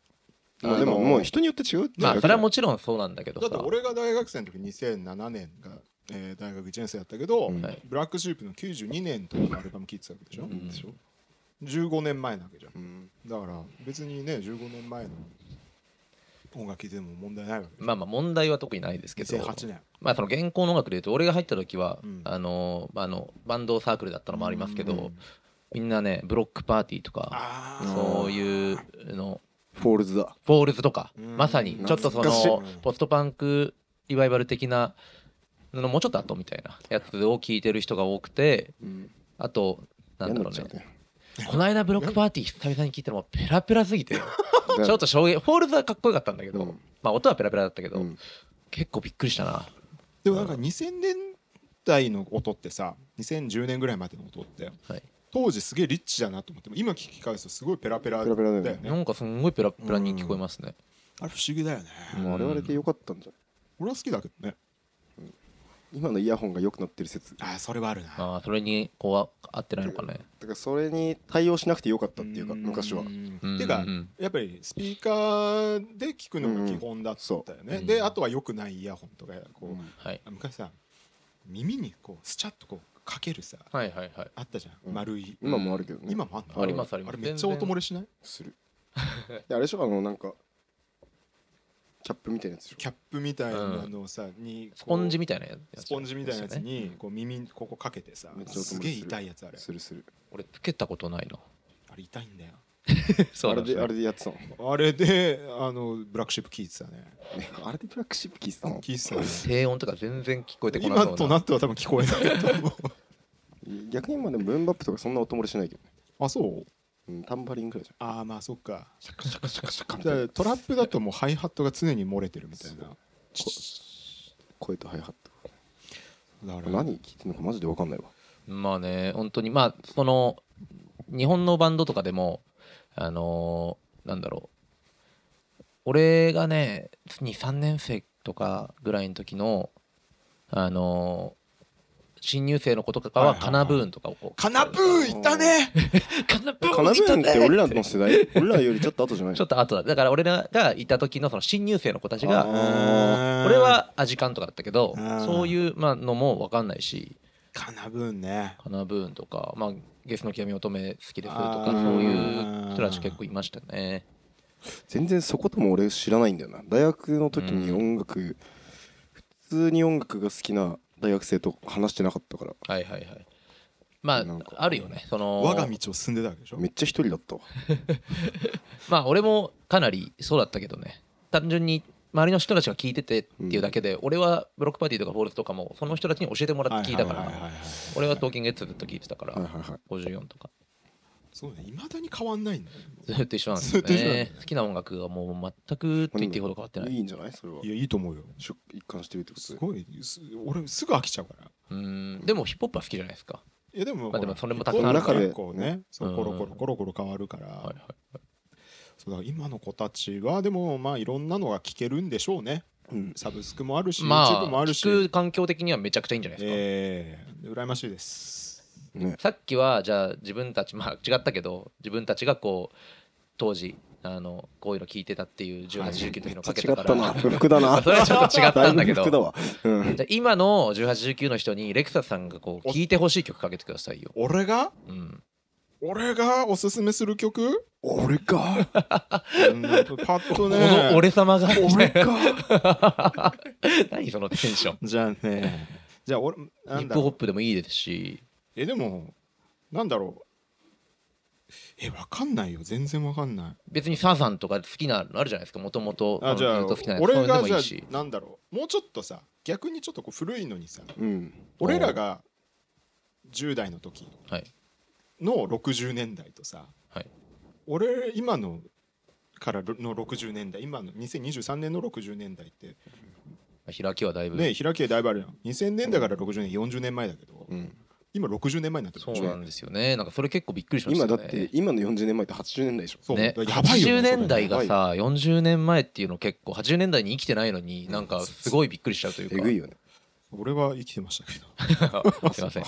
Speaker 3: あの
Speaker 5: まあでももう人によって違うって
Speaker 3: まあそれはも
Speaker 5: ち
Speaker 3: ちろんそうなんだけど
Speaker 4: だって
Speaker 3: さ
Speaker 4: 俺が大学生の時2007年が、えー大学1年生だったけど、
Speaker 5: うん
Speaker 3: はい
Speaker 4: ブラックシープの92年とかのアルバム聴いてたわけでしょ、
Speaker 3: ん
Speaker 4: 15年前なわけじゃん
Speaker 5: ん
Speaker 4: だから別にね15年前の音楽聴いても問題ないわけで
Speaker 3: まあまあ問題は特にないですけ
Speaker 4: しょ
Speaker 3: ど
Speaker 4: 2008年
Speaker 3: まあその現行の音楽でいうと俺が入った時は
Speaker 4: うん
Speaker 3: あのまああのバンドサークルだったのもありますけ
Speaker 4: うん
Speaker 3: どみんなねブロックパーティーとか
Speaker 4: ああ
Speaker 3: そういうの
Speaker 5: フォールズだ
Speaker 3: フォールズとか
Speaker 4: うん
Speaker 3: まさにちょっとそ
Speaker 5: 懐
Speaker 3: の
Speaker 4: かしい
Speaker 3: ポストパンクリバイバル的なのもうちょっと後みたいなやつを聞いてる人が多くてあとなんだろうねこの間ブロックパーティー久々に聞いたらもうペラペラすぎてちょっ
Speaker 5: と
Speaker 3: と衝撃フォールズはかっこよかったんだけど、
Speaker 5: うん
Speaker 3: まあ音はペラペラだったけど、
Speaker 5: うん
Speaker 3: 結構びっくりしたな
Speaker 4: でもなんか2000年代の音ってさ2010年ぐらいまでの音って、
Speaker 3: はい
Speaker 4: 当時すげえリッチだなと思っても今聞き返すとすごいペラペラだ
Speaker 5: ペラペラだよね
Speaker 4: よね
Speaker 3: なんかすんごいペラペラに聞こえますね、
Speaker 4: あれ不思議だよね、
Speaker 5: もう我々でよかったんじゃない
Speaker 4: 俺は好きだけどね
Speaker 5: 今のイヤホンが良くなってる説だか
Speaker 4: ああそれはあるな
Speaker 3: ああそれにこう合ってないのかね
Speaker 5: らそれに対応しなくてよかったっていうか
Speaker 4: ん
Speaker 5: 昔は
Speaker 4: って
Speaker 3: うん
Speaker 4: いうか
Speaker 3: うん
Speaker 4: やっぱりスピーカーで聞くのが基本だったよね、
Speaker 3: うん
Speaker 4: で
Speaker 3: うん
Speaker 4: あとは良くないイヤホンとかこう、
Speaker 3: はい、
Speaker 4: あ昔さ耳にこうスチャッとこうかけるさ
Speaker 3: はいはいはい
Speaker 4: あったじゃ
Speaker 5: うん
Speaker 4: ん丸い、
Speaker 5: 今もあるけどね
Speaker 4: 今もあんの
Speaker 5: あ
Speaker 3: りますあります
Speaker 4: れめっちゃ音漏れしない
Speaker 5: するいやあれでしょあのなんかキャップみたいなやつでし
Speaker 4: キャップみたいなのをさ、に
Speaker 3: スポンジ
Speaker 4: み
Speaker 3: みたいなやつ
Speaker 4: スポンジみたいなやつ
Speaker 3: ですよね
Speaker 4: にこう耳にここかけてさ
Speaker 5: めっちゃ音漏れす
Speaker 4: す
Speaker 5: る
Speaker 4: げえ痛いやつあ
Speaker 5: ょ
Speaker 4: れ
Speaker 5: するする
Speaker 3: 俺つけたことないな
Speaker 4: あれ痛いんだよ
Speaker 3: そ
Speaker 5: あ
Speaker 3: うな
Speaker 5: れ
Speaker 3: んです
Speaker 5: で
Speaker 3: よ
Speaker 5: あれでやってたの
Speaker 4: あれであのブラックシップ聞いてたね
Speaker 5: あれでブラックシッ プ聞いてたの
Speaker 4: 聞いてたね
Speaker 3: 低音とか全然聞こえてこな
Speaker 4: 今
Speaker 3: そうな
Speaker 4: となっては多分聞こえないと思う
Speaker 5: 逆に今でもブーンバップとかそんな音漏れしないけどね
Speaker 4: あそう
Speaker 5: うんタンバリンぐらいじゃん
Speaker 4: ああまあそっか
Speaker 5: シャカシャカシャカシャカみ
Speaker 4: だ
Speaker 5: た
Speaker 4: か
Speaker 5: いな
Speaker 4: らトラップだともうハイハットが常に漏れてるみたいな
Speaker 5: そう声とハイハット
Speaker 4: だから
Speaker 5: 何聞いてんのかマジで分かんないわ
Speaker 3: まあね本当にまあその日本のバンドとかでもあのーなんだろう俺がね23年生とかぐらいの時のあのー新入生の子とか
Speaker 4: は
Speaker 3: は
Speaker 4: いはいはい
Speaker 3: カナブーンとかをこう
Speaker 4: カナブーンいたね
Speaker 3: カナブ
Speaker 5: カナブーン
Speaker 3: い
Speaker 5: った
Speaker 3: ね
Speaker 5: て俺らの世 代俺らよりちょっと後じゃない
Speaker 3: ちょっと後だだから俺らがいた時のその新入生の子たち
Speaker 5: あ
Speaker 3: が
Speaker 5: ー
Speaker 3: 俺はアジカンとかだったけど
Speaker 4: あー
Speaker 3: そういうまあのも分かんないし
Speaker 4: カナブーンね
Speaker 3: かなブーンとか、まあ、ゲスの極み乙女好きですとか
Speaker 4: あ
Speaker 3: そう
Speaker 4: ー
Speaker 3: いう人たち結構いましたね
Speaker 5: 全然そことも俺知らないんだよな大学の時に音楽、普通に音楽が好きな大学生と話してなかったから
Speaker 3: はいはいはいま
Speaker 5: なんか
Speaker 3: ああるよねその
Speaker 4: 我が道を進んでたわけでしょ
Speaker 5: めっちゃ一人だったわ
Speaker 3: まあ俺もかなりそうだったけどね単純に周りの人たちが聞いててっていうだけで、俺はブロックパーティーとかフォールズとかもその人たちに教えてもらって聞いたから、
Speaker 4: はいはいはいはい
Speaker 3: 俺はトーキングヘッズずっと聞いてたから、
Speaker 5: はいはいはい
Speaker 3: 54とか
Speaker 4: そうねいまだに変わんないんだよ
Speaker 3: ずっと一緒なんです
Speaker 4: ずっ
Speaker 3: よ
Speaker 4: と一緒なんだ
Speaker 3: ね好きな音楽がもう全くと言っていいほど変わってないい
Speaker 5: いんじゃないそれはい
Speaker 4: やいいと思うよ
Speaker 5: しょ一貫してるってこと
Speaker 4: す
Speaker 5: で
Speaker 4: ごいす俺すぐ飽きちゃうから
Speaker 3: うんでもヒップホップは好きじゃないですか
Speaker 4: いやでも、
Speaker 3: まあでも
Speaker 4: ほら
Speaker 3: それもたくさんある
Speaker 5: から
Speaker 4: 結構ね、そううんコロコロコロコロ変わるから、
Speaker 3: はいはい
Speaker 4: そうだから今の子たちはでもまあいろんなのが聞けるんでしょうね。
Speaker 5: うん
Speaker 4: サブスクもあるし、
Speaker 3: ま
Speaker 4: YouTube
Speaker 3: あ
Speaker 4: もあるし、
Speaker 3: 聞く環境的にはめちゃくちゃいいんじゃないですか、
Speaker 4: ええ羨ましいです。
Speaker 5: ね
Speaker 3: さっきはじゃあ自分たちまあ違ったけど自分たちがこう当時あのこういうの聞いてたっていう
Speaker 5: はい
Speaker 3: 1819の
Speaker 5: め
Speaker 3: 時
Speaker 5: っ
Speaker 3: の
Speaker 5: ち
Speaker 3: か
Speaker 5: ゃ
Speaker 3: け
Speaker 5: 違
Speaker 3: た
Speaker 5: っ
Speaker 3: か
Speaker 5: た
Speaker 3: ら、
Speaker 5: な服だ な
Speaker 3: それはちょっと違ったんだけど
Speaker 5: いぶ服だわうん
Speaker 3: じゃあ今の1819の人にレクサスさんがこう
Speaker 4: お
Speaker 3: 聞いてほしい曲かけてくださいよ、
Speaker 4: 俺が
Speaker 3: うん、
Speaker 4: 俺がおすすめする曲？
Speaker 5: 俺か
Speaker 4: うんパッと
Speaker 3: こ
Speaker 4: ね。
Speaker 3: の俺様が
Speaker 5: 俺か
Speaker 3: 何そのテンション
Speaker 4: じゃあね。じゃあ俺な
Speaker 3: ヒ
Speaker 4: ん
Speaker 3: ッ
Speaker 4: だ
Speaker 3: プホッ
Speaker 4: ろう。
Speaker 3: プでもいいですし
Speaker 4: えでもなんだろう。えわかんないよ。全然わかんない。
Speaker 3: 別にサーさんとか好きなのあるじゃないですかもともと
Speaker 4: あ
Speaker 3: ず
Speaker 4: じゃ
Speaker 3: っ
Speaker 4: あ
Speaker 3: と好きなやつそうい
Speaker 4: 俺
Speaker 3: うので
Speaker 4: が
Speaker 3: も
Speaker 4: じゃ
Speaker 3: いいし
Speaker 4: あなんだろうもうちょっとさ逆にちょっとこう古いのにさ
Speaker 5: うん
Speaker 4: 俺らが10代の時
Speaker 3: はい
Speaker 4: の60年代とさ、
Speaker 3: はい
Speaker 4: 俺今のからの60年代今の2023年の60年代って
Speaker 3: 開きはだいぶ、
Speaker 4: ね開きがだいぶあるやん2000年代から60年40年前だけど、
Speaker 5: うん
Speaker 4: 今60年前になってる
Speaker 3: そ
Speaker 4: で
Speaker 3: う
Speaker 4: しょ
Speaker 3: なんですよねなんかそれ結構びっくりしまし
Speaker 5: 今
Speaker 3: たね
Speaker 5: だって今の40年前って80年代でしょ
Speaker 4: そう
Speaker 3: ね、
Speaker 4: だからやばいよね
Speaker 3: 80年代が
Speaker 5: それや
Speaker 3: さ40年前っていうの結構80年代に生きてないのになんかすごいびっくりしちゃうというか
Speaker 5: えぐいよね
Speaker 4: 俺は生きてましたけ ど
Speaker 3: すい ません。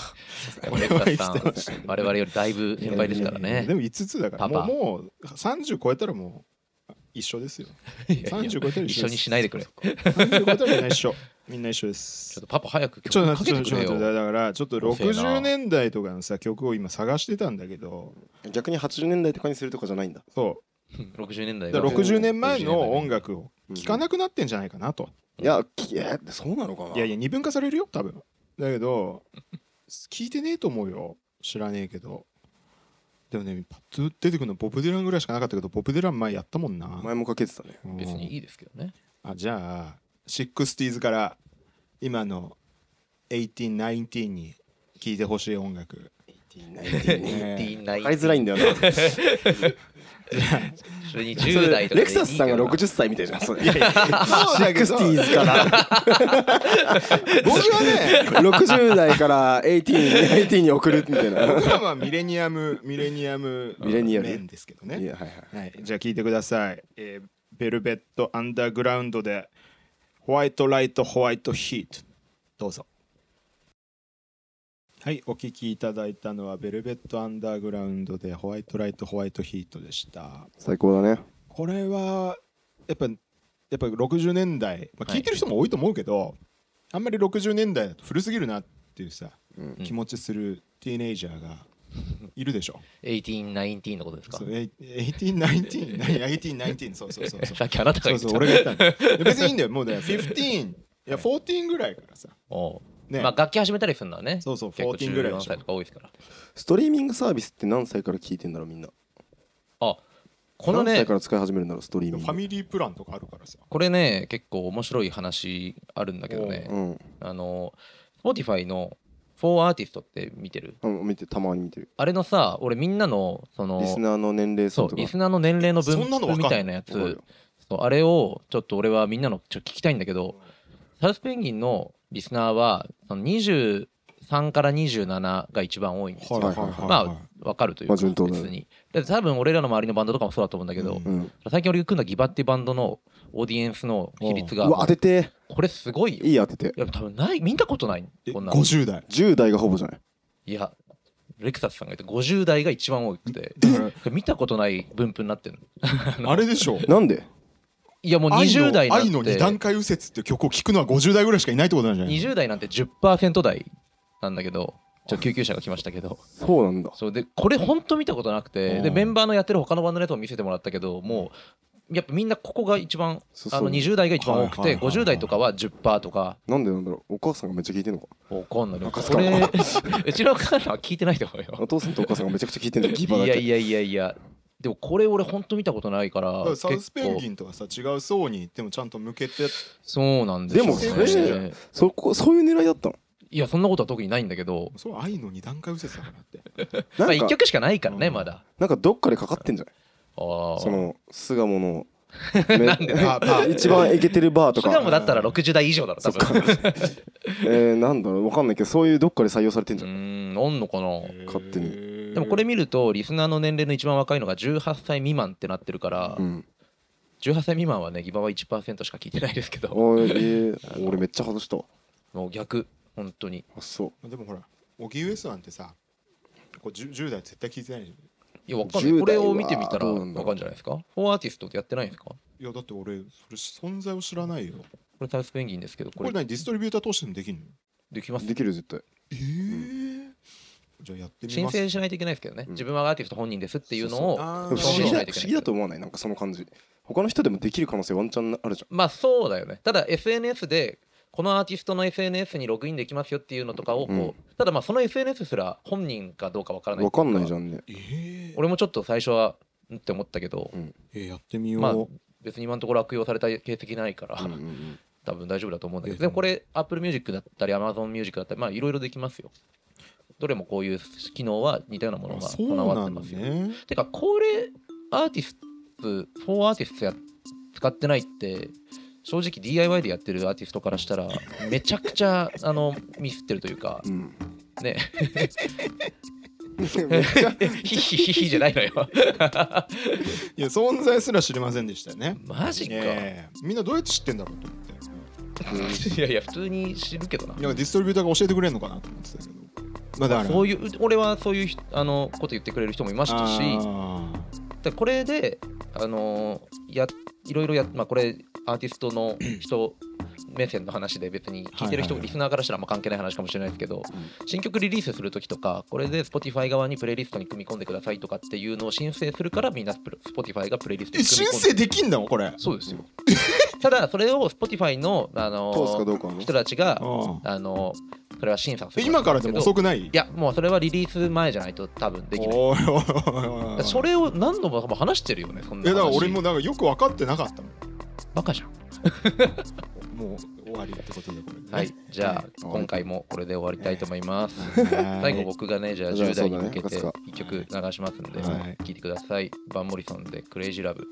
Speaker 4: 俺
Speaker 3: レ
Speaker 4: は
Speaker 3: ク
Speaker 4: 生
Speaker 3: タさ
Speaker 4: きてました
Speaker 3: ん、我々よりだいぶ先輩ですから
Speaker 4: いやいやいやで
Speaker 3: ね。
Speaker 4: も5つだから
Speaker 3: パパ
Speaker 4: もうもう30超えたらもう一緒ですよ
Speaker 3: いやいや
Speaker 4: 30超えたら
Speaker 3: 一緒にしないでくれ。ちょ
Speaker 4: 30超えたらみんな一緒みんな一緒です
Speaker 3: っとパパ早く
Speaker 4: ちょっと
Speaker 3: 曲かけ
Speaker 4: 待っ
Speaker 3: く
Speaker 4: てて、ちょっ
Speaker 3: れ
Speaker 4: と待って、
Speaker 3: よ。
Speaker 4: だから、ちょっと
Speaker 3: 遅えな
Speaker 4: 60年代とかのさ、曲を今探してたんだけど、
Speaker 5: 逆に80年代とかにするとかじゃないんだ
Speaker 4: そ
Speaker 3: 60年
Speaker 4: う、
Speaker 3: 代
Speaker 4: だ
Speaker 3: が
Speaker 4: から60年前の音楽を
Speaker 5: うん
Speaker 4: 聴かなくなってんじゃないかなと。
Speaker 5: いやきえそうなのかない
Speaker 4: やいや、二分化されるよ、多分。だけど、聞いてねえと思うよ。知らねえけど。でもね、パッと出てくるのボブ・ディランぐらいしかなかったけど、ボブ・ディラン前やったもんな。
Speaker 5: 前もかけてたね
Speaker 4: うん
Speaker 3: 別にいいですけどね。
Speaker 4: あ、じゃあ、60s から今の18、19に聴いてほしい音楽。
Speaker 5: 分
Speaker 4: ね
Speaker 5: かりづらいんだよな
Speaker 3: それに10代とか
Speaker 5: レクサスさんが60
Speaker 3: 歳。
Speaker 5: 歳みたいじゃんそれ
Speaker 4: そう だけど、
Speaker 5: 60s から
Speaker 4: 僕はね、
Speaker 5: 60代から18 19に送るみたいな
Speaker 4: 僕らはミレニアムミレニアム
Speaker 5: ミレニアム
Speaker 4: 面ですけど
Speaker 5: い
Speaker 4: ね、
Speaker 5: やはいはい
Speaker 4: はい、じゃあ聞いてください、えーベルベットアンダーグラウンドでホワイトライトホワイトヒートどうぞはいお聞きいただいたのはベルベットアンダーグラウンドでホワイトライトホワイトヒートでした
Speaker 5: 最高だね
Speaker 4: これはやっぱやっぱ60年代、まあ、
Speaker 3: はい
Speaker 4: 聞いてる人も多いと思うけど、あんまり60年代だと古すぎるなっていうさ、
Speaker 5: うん
Speaker 4: 気持ちするティーネイジャーがいるでしょ
Speaker 3: 18、19のことですか
Speaker 4: そう。え1819何1819そうそ うそうそう
Speaker 3: さっきあなたが
Speaker 4: そ
Speaker 3: 言
Speaker 4: う
Speaker 3: って
Speaker 4: そ
Speaker 3: た
Speaker 4: う俺。が言ったんだよ別にいいん だよもうだよ15いや14ぐらいからさ
Speaker 3: おう
Speaker 4: ね
Speaker 3: まあ楽器始めたりするのはね。
Speaker 4: そうそう
Speaker 3: 結構
Speaker 4: 14ぐらいで
Speaker 3: 14
Speaker 4: しょ
Speaker 3: 歳とか多いですから。
Speaker 5: ストリーミングサービスって何歳から聞いてんだろうみんな
Speaker 3: あ、このね
Speaker 5: 何歳か、ら使い始めるんだろうストリー
Speaker 4: フ
Speaker 5: ミン
Speaker 4: ァ
Speaker 5: グ
Speaker 4: ミリープランとかあるからさ
Speaker 3: これね、結構面白い話あるんだけどね
Speaker 5: う。ん
Speaker 3: あの、Spotify の4アーティストって見てる
Speaker 5: うん見てたまに見てる
Speaker 3: あれのさ、俺みんなの、その、
Speaker 5: リスナーの年齢
Speaker 3: そ
Speaker 5: 層
Speaker 3: う、
Speaker 5: とか
Speaker 3: リスナーの年齢の分
Speaker 4: そんなのわかん
Speaker 3: 布
Speaker 4: の
Speaker 3: みたいなやつ
Speaker 5: わかるよ、
Speaker 3: そうあれをちょっと俺はみんなのちょっと聞きたいんだけど、サウスペンギンのリスナーは、その23から27が一番多いんですよ。
Speaker 5: はいはいはい
Speaker 3: まあ、わかるというか、
Speaker 5: まあ順当だね
Speaker 3: 別に。だって多分俺らの周りのバンドとかもそうだと思うんだけど、
Speaker 4: うん
Speaker 5: うん
Speaker 3: 最近俺が組んだギバっていうバンドのオーディエンスの比率
Speaker 5: う
Speaker 3: が、
Speaker 5: わ当てて
Speaker 3: これすごいよ。
Speaker 5: いい当てて
Speaker 3: いや多分ない見たことない
Speaker 4: え
Speaker 3: こんなの
Speaker 4: 50代
Speaker 5: 10代がほぼじゃない
Speaker 3: いやレクサスさんが言って50代が一番多くて
Speaker 4: だから
Speaker 3: 見たことない分布になってるの
Speaker 4: あれでしょ
Speaker 5: なんで
Speaker 3: いやもう
Speaker 4: 愛の
Speaker 3: 20代なん
Speaker 4: 愛の二
Speaker 3: て
Speaker 4: 段階右折っていう曲を聴くのは50代ぐらいしかいないってことなんじゃない
Speaker 3: 20代なんて10%台なんだけどちょ救急車が来ましたけど
Speaker 5: そうなんだ
Speaker 3: そうでこれほんと見たことなく
Speaker 4: う
Speaker 3: て
Speaker 4: ん
Speaker 3: でメンバーのやってる他のバンドのやつも見せてもらったけどもうやっぱみんなここが一番
Speaker 5: そうそう
Speaker 3: あの20代が一番多く
Speaker 4: はい
Speaker 3: て
Speaker 4: はいはいはい
Speaker 3: 50代とかは10%とか
Speaker 5: なんでなんだろうお母さんがめっちゃ聞いてんのか
Speaker 3: 怒んのよ
Speaker 5: 赤
Speaker 3: こ
Speaker 5: 塚
Speaker 3: れ うちの母さんは聞いてないと思うよ
Speaker 5: お父さんとお母さんがめちゃくちゃ聞いてん のギバだ
Speaker 3: い
Speaker 5: け
Speaker 3: やいやいやいやでもこれ俺ほんと見たことないから
Speaker 4: だからサウスペンギ
Speaker 3: 結構
Speaker 4: ンとかさ違う層に行ってもちゃんと向けて
Speaker 3: そうなんですよね
Speaker 5: でもそれそこそういう狙いだったの
Speaker 3: いやそんなことは特にないんだけど
Speaker 4: そう愛の二段階右折だからって
Speaker 5: な
Speaker 3: まあ
Speaker 5: ん
Speaker 3: 一
Speaker 5: か
Speaker 3: 曲しかないからね
Speaker 4: うん
Speaker 3: まだ
Speaker 5: なんかどっかでかかってんじゃない
Speaker 3: あー
Speaker 5: その巣鴨 のめ
Speaker 3: なんで
Speaker 4: バーバ ー
Speaker 5: 一番えけてるバーと
Speaker 3: し
Speaker 5: か
Speaker 3: かもだったら60代以上だろ多分
Speaker 5: えーなんだろうわかんないけどそういうどっかで採用されてん
Speaker 3: う
Speaker 5: じゃん
Speaker 3: ーんおんのかな
Speaker 5: 勝手に
Speaker 4: に
Speaker 3: でもこれ見るとリスナーの年齢の一番若いのが18歳未満ってなってるから、
Speaker 5: うん
Speaker 3: 18歳未満はねギバは1%しか聞いてないですけど
Speaker 5: おいえー俺めっちゃ外したわ
Speaker 3: もう逆本当に
Speaker 5: あそう
Speaker 4: まあでもほら、オギウエスなんてさ、こう 10, 10代絶対聞いてないじゃん。
Speaker 3: いやわかんない
Speaker 5: 10
Speaker 3: こ
Speaker 5: 代
Speaker 3: れ
Speaker 5: は
Speaker 3: を見てみたら
Speaker 5: どう
Speaker 3: わ
Speaker 5: なんだろう
Speaker 3: かんじゃないですかフォーアーティストってやってないんですかこ
Speaker 4: いや、だって俺、それ存在を知らないよ。
Speaker 3: れサウスペンギンですけど
Speaker 4: こ
Speaker 3: こ
Speaker 4: れ
Speaker 3: れ
Speaker 4: 何ディストリビューター通してでもできんの
Speaker 3: できます
Speaker 5: できるよ絶対
Speaker 4: えー、じゃあやってみ
Speaker 3: 申
Speaker 4: ます。
Speaker 3: 請しないといけないですけどね、
Speaker 5: うん
Speaker 3: 自分はアーティスト本人ですっていうの
Speaker 5: そ
Speaker 3: を
Speaker 4: あ
Speaker 5: でも不思議だ
Speaker 3: そう
Speaker 5: 不思議だと思わないなんかその感じ他の人でもできる可能性ワンチャンあるじ
Speaker 3: まあそうだよねただ SNS でこのアーティストの SNS にログインできますよっていうのとかをこう、
Speaker 5: うん
Speaker 3: ただまあその SNS すら本人かどうかわから
Speaker 5: ゃん
Speaker 3: ない
Speaker 5: わかんないじ
Speaker 3: ゃん
Speaker 5: ゃんね
Speaker 4: えー、
Speaker 3: 俺もちょっと最初はんって思ったけど、
Speaker 4: えーやってみよう。
Speaker 3: まあ別に今のところ悪用された形跡ないから、
Speaker 5: うんうんうん
Speaker 3: 多分大丈夫だと思うんだけ
Speaker 4: う
Speaker 3: ど
Speaker 4: ん
Speaker 3: でもこれ Apple Music だったり Amazon Music だったりまあいろいろできますよどれもこういう機能は似たようなもの
Speaker 4: あ
Speaker 3: が
Speaker 4: そ
Speaker 3: 備
Speaker 4: う
Speaker 3: わっ
Speaker 4: な
Speaker 3: て
Speaker 4: の
Speaker 3: ますよ、
Speaker 4: ね。
Speaker 3: てかこれアーティスト4アーティストや使ってないって正直 DIY でやってるアーティストからしたらめちゃくちゃあのミスってるというか
Speaker 5: うん
Speaker 3: ね
Speaker 5: めっちゃ
Speaker 3: ヒヒヒヒじゃないのよ
Speaker 4: いや存在すら知りませんでしたよね
Speaker 3: マジか、
Speaker 4: ええみんなどうやって知ってんだろうと思っ
Speaker 3: い
Speaker 4: て
Speaker 3: やいや普通に知るけどない
Speaker 4: やディストリビューターが教えてくれるのかなと思ってたけどまあだから
Speaker 3: そう
Speaker 4: いう
Speaker 3: いう俺はそういうひあのこと言ってくれる人もいましたしだからこれであのやいろいろや、まあ、これアーティストの 人目線の話で別に聞いてる人、
Speaker 4: はいはいはい
Speaker 3: リスナーからしたらあんま関係ない話かもしれないですけど、
Speaker 5: う
Speaker 3: 新曲リリースするときとかこれで Spotify 側にプレイリストに組み込んでくださいとかっていうのを申請するからみんなプロ Spotify がプレイリスト
Speaker 4: え
Speaker 3: に組
Speaker 4: 申
Speaker 3: み込んで
Speaker 4: 請できんだもんこれ
Speaker 3: そうですよ ただそれを Spotify の、あの
Speaker 5: 通すかどうかの
Speaker 3: 人たちが、
Speaker 4: あ
Speaker 3: あのそれは審査をす
Speaker 4: え
Speaker 3: る
Speaker 4: 今からでも遅
Speaker 3: い
Speaker 4: くないい
Speaker 3: やもうそれはリリース前じゃないと多分できない
Speaker 4: おいおいおいおい
Speaker 3: それを何度も多分話してるよねそん
Speaker 4: い
Speaker 3: な話
Speaker 4: やだから俺もなんかよく分かってなかったも
Speaker 3: バカじゃん
Speaker 4: んもう終わりってことでこれね
Speaker 3: はいじゃあ
Speaker 5: はい
Speaker 3: 今回もこれで終わりたいと思います
Speaker 4: はい
Speaker 3: 最後僕がねじゃあ
Speaker 5: じゃあ
Speaker 3: 10代に向け
Speaker 5: そう
Speaker 3: て
Speaker 5: だね
Speaker 3: 1曲流しますんで
Speaker 4: はい
Speaker 3: 聴いてくださいバンモリソンで「クレイジーラブ」